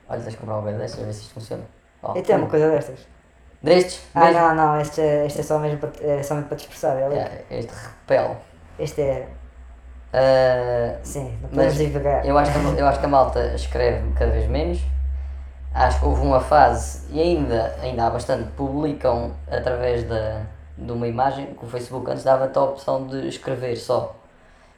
Speaker 2: Olha, tens de comprar uma coisa destas, a ver se isto funciona. Ó,
Speaker 1: E tem uma coisa destas.
Speaker 2: Destes?
Speaker 1: Ah,
Speaker 2: mesmo?
Speaker 1: não, não, este, é- este é só mesmo para, é somente para dispersar. É ali.
Speaker 2: Yeah, este repele.
Speaker 1: Este é.
Speaker 2: Uh,
Speaker 1: Sim, não podemos
Speaker 2: Mas
Speaker 1: divulgar.
Speaker 2: eu acho, que, a- eu acho que a malta escreve cada vez menos. Acho que houve uma fase, e ainda, ainda há bastante, publicam através da, de uma imagem que o Facebook antes dava-te a opção de escrever só.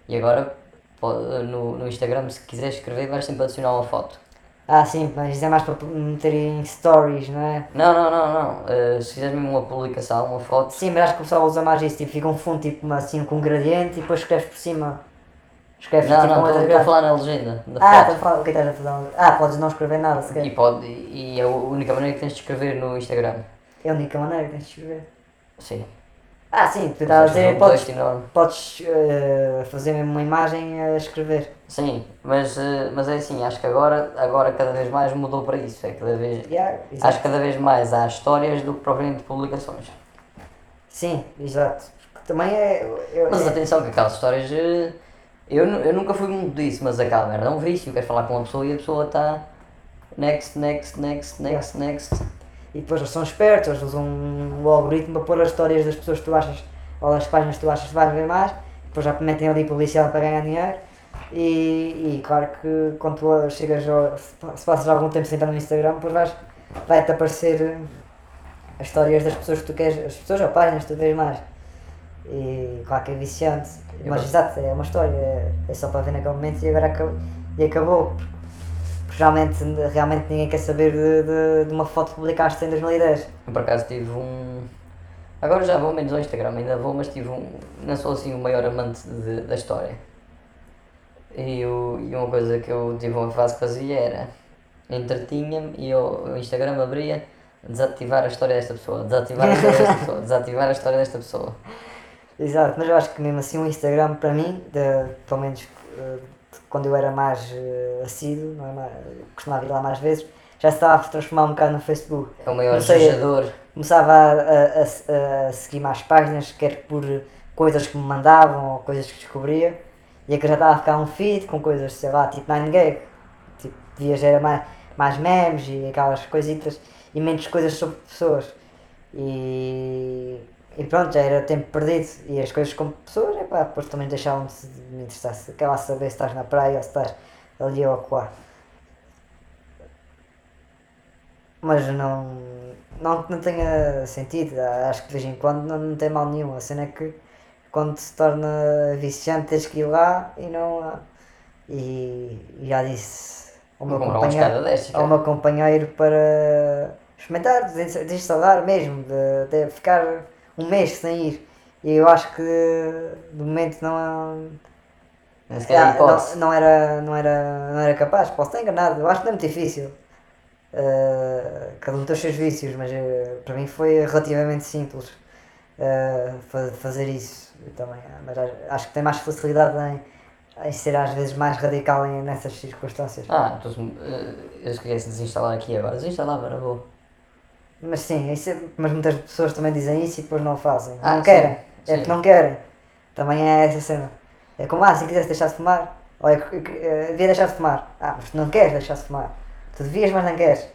Speaker 2: E agora po- no, no Instagram, se quiseres escrever, vais sempre adicionar uma foto.
Speaker 1: Ah, sim, mas isso é mais para meter em stories, não é?
Speaker 2: Não, não, não, não. Uh, se fizeres mesmo uma publicação, uma foto,
Speaker 1: Sim, mas acho que o pessoal usa mais isso, tipo, fica um fundo tipo uma- assim com um gradiente e depois escreves por cima. Escreves
Speaker 2: Não,
Speaker 1: tipo
Speaker 2: não,
Speaker 1: um
Speaker 2: estou-
Speaker 1: outro
Speaker 2: estou a
Speaker 1: gradiente.
Speaker 2: falar na legenda da
Speaker 1: Ah,
Speaker 2: foto.
Speaker 1: estás a falar, o que estás a falar? Ah, podes não escrever nada sequer.
Speaker 2: E, pode, e é a única maneira que tens de escrever no Instagram.
Speaker 1: É a única maneira que tens de escrever.
Speaker 2: Sim.
Speaker 1: Ah, sim, tu estás a dizer,
Speaker 2: Um
Speaker 1: podes,
Speaker 2: texto enorme.
Speaker 1: podes eh, fazer mesmo uma imagem a escrever.
Speaker 2: Sim, mas, eh, mas é assim, acho que agora, agora cada vez mais mudou para isso. É cada vez,
Speaker 1: Yeah, exato.
Speaker 2: acho que cada vez mais há histórias do que propriamente publicações.
Speaker 1: Sim, exato. Porque também é. eu-
Speaker 2: Mas
Speaker 1: é-
Speaker 2: atenção que aquelas histórias eh, Eu, nu- eu nunca fui muito disso, mas aquela merda é um vício. Queres falar com uma pessoa e a pessoa está. Next, next, next, next, next.
Speaker 1: E depois eles são espertos, eles usam o algoritmo para pôr as histórias das pessoas que tu achas, ou das páginas que tu achas que vais ver mais, depois já metem ali publicidade para ganhar dinheiro. E, e claro que quando tu chegas, ao, se pa- se passas algum tempo sentado no Instagram, depois vais, vai-te aparecer eh, as histórias das pessoas que tu queres, as pessoas ou páginas que tu vês mais. E claro que é viciante,
Speaker 2: Eu
Speaker 1: mas
Speaker 2: gosto.
Speaker 1: exato, é uma história, é- é só para ver naquele momento e agora acabou. E acabou. Porque Realmente, realmente ninguém quer saber de, de- de uma foto publicaste em 2010.
Speaker 2: Eu, Por acaso tive um. Agora já vou menos ao Instagram, ainda vou, mas tive um. Não sou assim o maior amante de- da história. E, eu- e uma coisa que eu tive uma fase que fazia era. Entretinha-me e eu, o Instagram abria desativar a história desta pessoa, desativar a história desta
Speaker 1: <laughs>
Speaker 2: pessoa, desativar a história desta pessoa.
Speaker 1: Exato, mas eu acho que mesmo assim o Instagram para mim, de- pelo menos eh, de quando eu era mais eh, assíduo, não é, mais- costumava ir lá mais vezes, já se estava a transformar um bocado no Facebook.
Speaker 2: É o maior
Speaker 1: Não sei,
Speaker 2: sujador.
Speaker 1: Começava a, a- a- a seguir mais páginas, quer por coisas que me mandavam ou coisas que descobria, e é que eu já estava a ficar um feed com coisas, sei lá, tipo 9gag, tipo, viajeira mais, mais memes e aquelas coisitas, e menos coisas sobre pessoas. E, e pronto, já era tempo perdido, e as coisas como pessoas, epá, depois também deixavam de de me interessar, se quer lá saber se estás na praia ou se estás ali ou acolá. Mas não, não que não tenha sentido, acho que de vez em quando não, não tem mal nenhum. A cena é que quando se torna viciante tens que ir lá e não. E e já disse ao meu
Speaker 2: Vou comprar uma escada
Speaker 1: companheiro,
Speaker 2: destas.
Speaker 1: ao
Speaker 2: cara.
Speaker 1: meu companheiro para experimentar, des- desinstalar mesmo, de, de ficar um mês sem ir. E eu acho que de momento não,
Speaker 2: Nem sequer
Speaker 1: ah,
Speaker 2: é hipótese.
Speaker 1: Não, não era, não, era, não era capaz, posso estar enganado, eu acho que não é muito difícil. Ah, cada um tem os seus vícios, mas eh, para mim foi relativamente simples ah, fa- fazer isso Eu também. ah, Mas a- acho que tem mais facilidade em, em ser às vezes mais radical em- nessas circunstâncias.
Speaker 2: Ah, então, se- eh, eu esqueci de desinstalar aqui agora. Desinstalava, era boa.
Speaker 1: Mas sim, isso é- mas muitas pessoas também dizem isso e depois não o fazem.
Speaker 2: Ah,
Speaker 1: não
Speaker 2: sim,
Speaker 1: querem. É
Speaker 2: sim.
Speaker 1: que não querem. Também é essa cena. É como, ah, se quisesse deixar de fumar, ou é que- que- eh, devia deixar de fumar. Ah, mas tu não queres deixar de fumar. Tu devias, mas não queres.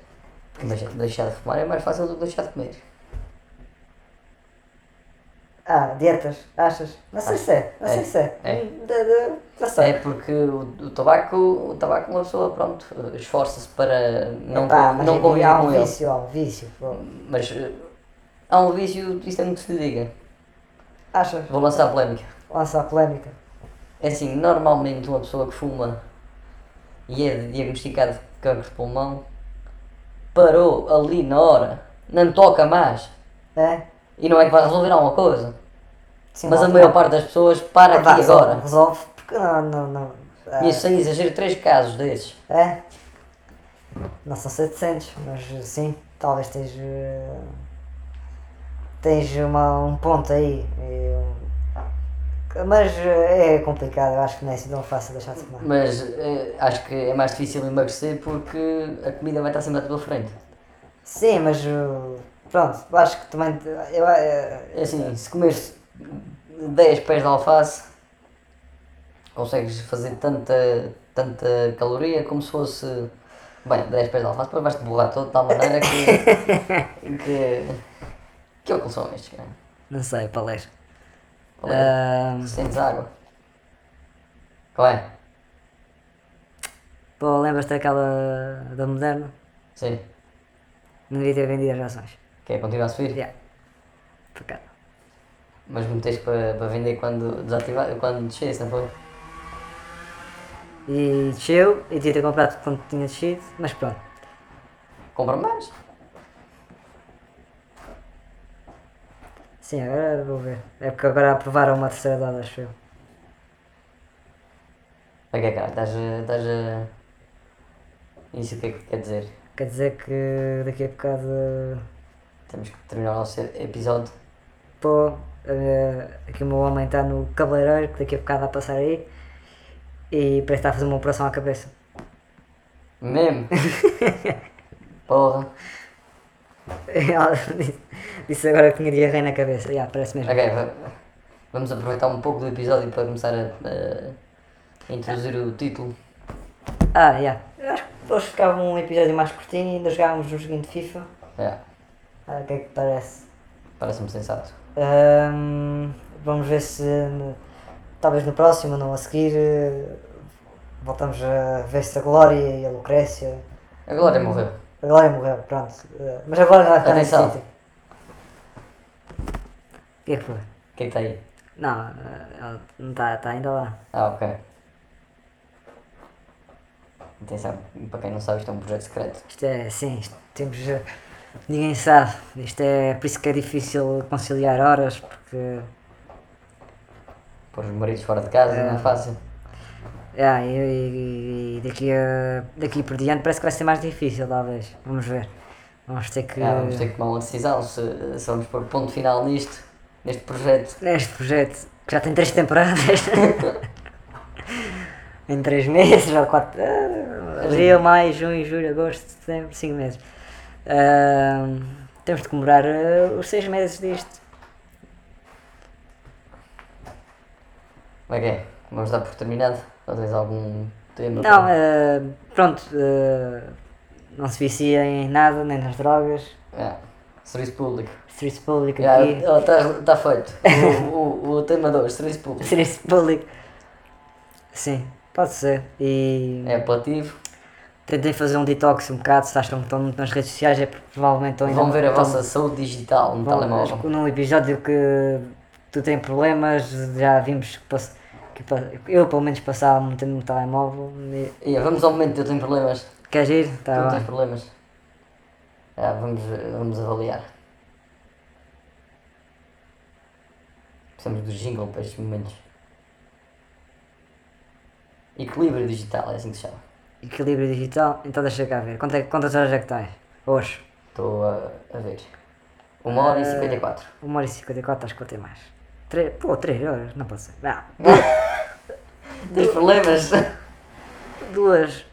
Speaker 2: Mas deixar de fumar é mais fácil do que deixar de comer.
Speaker 1: Ah, dietas, achas? Não sei se é, não sei
Speaker 2: É,
Speaker 1: se é.
Speaker 2: é.
Speaker 1: Hum, de- de- Não sei.
Speaker 2: É porque o, o tabaco, o tabaco uma pessoa, pronto, esforça-se para não,
Speaker 1: Epá,
Speaker 2: co-
Speaker 1: Ah, mas
Speaker 2: não
Speaker 1: aqui
Speaker 2: conviver
Speaker 1: há um
Speaker 2: com ele.
Speaker 1: vício, há um vício. pô.
Speaker 2: Mas eh, há um vício, isto é muito que se diga.
Speaker 1: Achas?
Speaker 2: Vou lançar a polémica.
Speaker 1: Lança a polémica.
Speaker 2: É assim, normalmente uma pessoa que fuma e é diagnosticada de cancro de pulmão, parou ali na hora, não toca mais.
Speaker 1: É?
Speaker 2: E não é que vai resolver alguma coisa.
Speaker 1: Sim,
Speaker 2: Mas a
Speaker 1: malta.
Speaker 2: maior parte das pessoas para
Speaker 1: Ah, vá,
Speaker 2: aqui agora.
Speaker 1: Resolve, porque não, não, não. ah,
Speaker 2: E isso sem exagero, três casos desses.
Speaker 1: É? Não são 700, mas sim, talvez tens. eh, tens uma, um ponto aí. eh, um- mas eh, é complicado, eu acho que não é assim tão fácil deixar de fumar.
Speaker 2: Mas eh, acho que é mais difícil emagrecer porque a comida vai estar sempre à tua frente.
Speaker 1: Sim, mas. eh, pronto, eu acho que também. te- Eu, eh,
Speaker 2: É assim, se comeres 10 pés de alface, consegues fazer tanta, tanta caloria como se fosse. Bem, 10 pés de alface, depois vais-te borrar todo de tal maneira que. que. que óculos são estes, cara?
Speaker 1: não sei, palestra.
Speaker 2: Qual
Speaker 1: Ah.
Speaker 2: é? Sentes água? Qual é?
Speaker 1: Pô, lembras-te daquela da Moderna?
Speaker 2: Sim.
Speaker 1: Não devia ter vendido as ações.
Speaker 2: Quer continuar a subir?
Speaker 1: Yeah. Por cá.
Speaker 2: Mas meteste para, para vender quando desativar, quando descesse, não foi?
Speaker 1: E desceu, e devia ter comprado quando tinha descido, mas pronto.
Speaker 2: Compra mais?
Speaker 1: Sim, agora vou ver. É porque agora aprovaram uma terceira dose, acho eu.
Speaker 2: Ok, cara, estás a. Estás a... Isso o que é que quer dizer?
Speaker 1: Quer dizer que daqui a bocado.
Speaker 2: Temos que terminar o nosso episódio.
Speaker 1: Pô, eh, aqui o meu homem está no cabeleireiro, que daqui a bocado vai passar aí. E parece que está a fazer uma operação à cabeça. <laughs>
Speaker 2: Mesmo? Porra.
Speaker 1: Ela disse- Disse agora que tinha diarreia na cabeça. Já, parece mesmo.
Speaker 2: Ok, va- vamos aproveitar um pouco do episódio para começar a, a- introduzir o título.
Speaker 1: Ah, já. Eu acho que hoje ficava um episódio mais curtinho e ainda jogávamos um joguinho de FIFA.
Speaker 2: Yeah,
Speaker 1: Ah, o que é que parece?
Speaker 2: Parece-me sensato.
Speaker 1: Ahm, vamos ver se no- talvez no próximo, não a seguir, eh, voltamos a ver se a Glória e a Lucrécia.
Speaker 2: A Glória morreu.
Speaker 1: A Glória morreu, pronto. Eh, mas a Glória vai ficar nesse
Speaker 2: Atenção.
Speaker 1: sítio. O que é que foi?
Speaker 2: O que é que está aí?
Speaker 1: Não, eh, ela não está tá ainda lá.
Speaker 2: Ah, ok. Atenção, para quem não sabe, isto é um projeto secreto.
Speaker 1: Isto é, sim, isto, temos. eh, Ninguém sabe. Isto é. Por isso que é difícil conciliar horas, porque.
Speaker 2: Pôr os maridos fora de casa não é fácil.
Speaker 1: Ah, e, e- e daqui, a, daqui por diante parece que vai ser mais difícil, talvez. Vamos ver. Vamos ter que.
Speaker 2: Ah, vamos ter que tomar uma decisão se, se vamos pôr ponto final nisto, neste projeto.
Speaker 1: Neste É projeto, que já tem três
Speaker 2: <laughs>
Speaker 1: temporadas. em três meses ou quatro. ah, Abril, maio, junho, julho, agosto, setembro, cinco meses. Ah, temos de comemorar ah, os seis meses disto.
Speaker 2: Como é que é? Vamos dar por terminado? Ou tens algum tema?
Speaker 1: Não, ah, pronto. ah, não se vicia em nada, nem nas drogas.
Speaker 2: Ah, serviço público.
Speaker 1: Serviço público
Speaker 2: Está
Speaker 1: aqui.
Speaker 2: tá feito. O, o, o tema 2, serviço público. <laughs>
Speaker 1: Ser esse público. Sim, pode ser. E
Speaker 2: É apelativo.
Speaker 1: tentem fazer um detox um bocado, se acham que estão muito nas redes sociais, é porque provavelmente estão ainda.
Speaker 2: Vão ver a
Speaker 1: estão-
Speaker 2: vossa saúde digital no
Speaker 1: Bom,
Speaker 2: telemóvel.
Speaker 1: acho que num episódio que tu tem problemas, já vimos que, pass- que pa- eu pelo menos passava muito tempo no telemóvel. E...
Speaker 2: E vamos ao momento, eu tenho problemas.
Speaker 1: Queres ir?
Speaker 2: Tu
Speaker 1: Tá
Speaker 2: tens
Speaker 1: bem.
Speaker 2: problemas. Ah, vamos, vamos avaliar. Precisamos do jingle para estes momentos. Equilíbrio digital, é assim que se chama.
Speaker 1: Equilíbrio digital, então deixa cá ver. Quanto é- Quantas horas é que estás? Hoje.
Speaker 2: Estou a, a ver. 1
Speaker 1: Ah.
Speaker 2: hora e 54.
Speaker 1: 1 hora e 54, acho que vou ter mais. Tre- Pô, 3 horas, não pode ser. Não,
Speaker 2: Tens problemas? <laughs>
Speaker 1: duas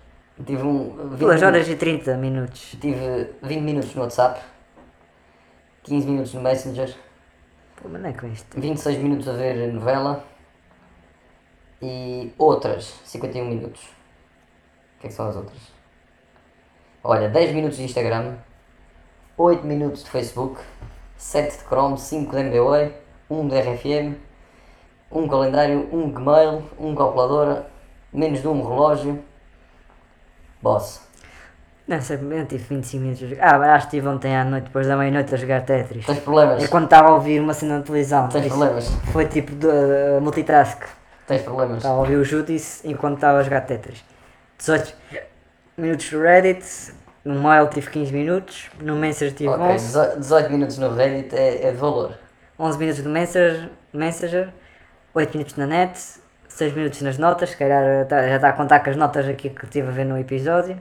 Speaker 2: Tive um. 20
Speaker 1: duas horas e 30 minutos.
Speaker 2: Tive 20 minutos no WhatsApp, 15 minutos no Messenger,
Speaker 1: Pô, mas não é com isto.
Speaker 2: 26 minutos a ver novela e outras 51 minutos. O que é que são as outras? Olha, 10 minutos de Instagram, 8 minutos de Facebook, 7 de Chrome, 5 de MBWay, 1 de RFM, 1 calendário, 1 Gmail, 1 calculadora, menos de um relógio. Boss.
Speaker 1: Não sei, eu tive 25 minutos a jogar. Ah, mas acho que estive ontem à noite, depois da meia-noite, a jogar Tetris.
Speaker 2: Tens problemas?
Speaker 1: É quando estava a ouvir uma cena na televisão.
Speaker 2: Tens
Speaker 1: isso
Speaker 2: problemas?
Speaker 1: Foi tipo de, eh, multitask.
Speaker 2: Tens problemas?
Speaker 1: Estava a ouvir o Judice enquanto estava a jogar Tetris. 18 minutos no Reddit, no Mail tive 15 minutos, no Messenger tive
Speaker 2: Ok,
Speaker 1: 11,
Speaker 2: 18 18 minutos no Reddit é, é de valor.
Speaker 1: 11 minutos no Messenger, Messenger, 8 minutos na net, 6 minutos nas notas, se calhar eh, tá- já está a contar com as notas aqui que estive a ver no episódio.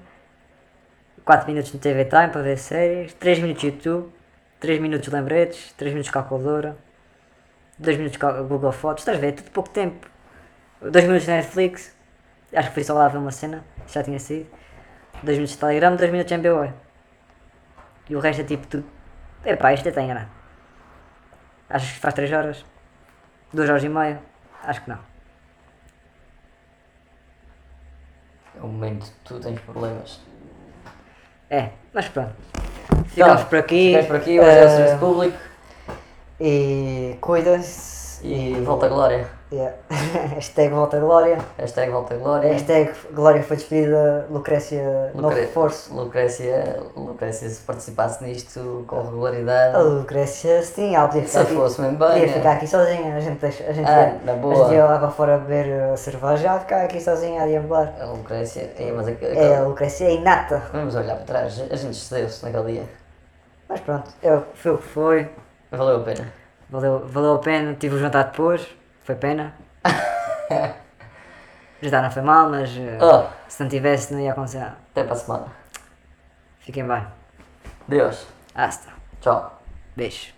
Speaker 1: 4 minutos no TV Time para ver séries, 3 minutos YouTube, 3 minutos lembretes, 3 minutos calculadora, 2 minutos cal- Google Fotos, estás a ver, é tudo pouco tempo. 2 minutos Netflix, acho que fui só lá ver uma cena, já tinha saído. 2 minutos de Telegram, 2 minutos MBOE. E o resto é tipo tudo. Epá, isto é né? até enganado. Achas que faz 3 horas? 2 horas e meia? Acho que não.
Speaker 2: É o momento que tu tens problemas.
Speaker 1: É, mas pronto. Ficamos
Speaker 2: Então,
Speaker 1: por aqui.
Speaker 2: Ficamos por aqui, hoje é o
Speaker 1: eh,
Speaker 2: serviço público
Speaker 1: E cuidem-se.
Speaker 2: e volta a glória.
Speaker 1: Yeah. <laughs> Hashtag volta glória.
Speaker 2: Hashtag volta a glória.
Speaker 1: Hashtag glória foi despedida. Lucrécia, novo
Speaker 2: Lucre-
Speaker 1: reforço.
Speaker 2: Lucrécia, Lucrécia, se participasse nisto com regularidade,
Speaker 1: A Lucrécia, Ah, sim, ela podia ficar
Speaker 2: se
Speaker 1: aqui.
Speaker 2: fosse mesmo
Speaker 1: Podia
Speaker 2: bem,
Speaker 1: ficar
Speaker 2: né?
Speaker 1: aqui sozinha. A gente, deixa, a gente,
Speaker 2: Ah,
Speaker 1: ia,
Speaker 2: na
Speaker 1: a gente
Speaker 2: boa.
Speaker 1: ia lá para fora beber eh, cerveja. Ela ficava aqui sozinha a deambular.
Speaker 2: a Lucrécia, é, mas aque-
Speaker 1: É, a
Speaker 2: aque-
Speaker 1: Lucrécia é inata.
Speaker 2: vamos olhar para trás, a gente cedeu-se naquele dia.
Speaker 1: Mas pronto, eu, foi o que foi.
Speaker 2: Valeu a pena.
Speaker 1: Valeu, valeu a pena, tive o jantar depois, foi pena. o jantar não foi mal, mas eh,
Speaker 2: Oh,
Speaker 1: se não tivesse não ia acontecer nada.
Speaker 2: até para a semana.
Speaker 1: Fiquem bem.
Speaker 2: Deus.
Speaker 1: Hasta.
Speaker 2: Tchau.
Speaker 1: Beijo.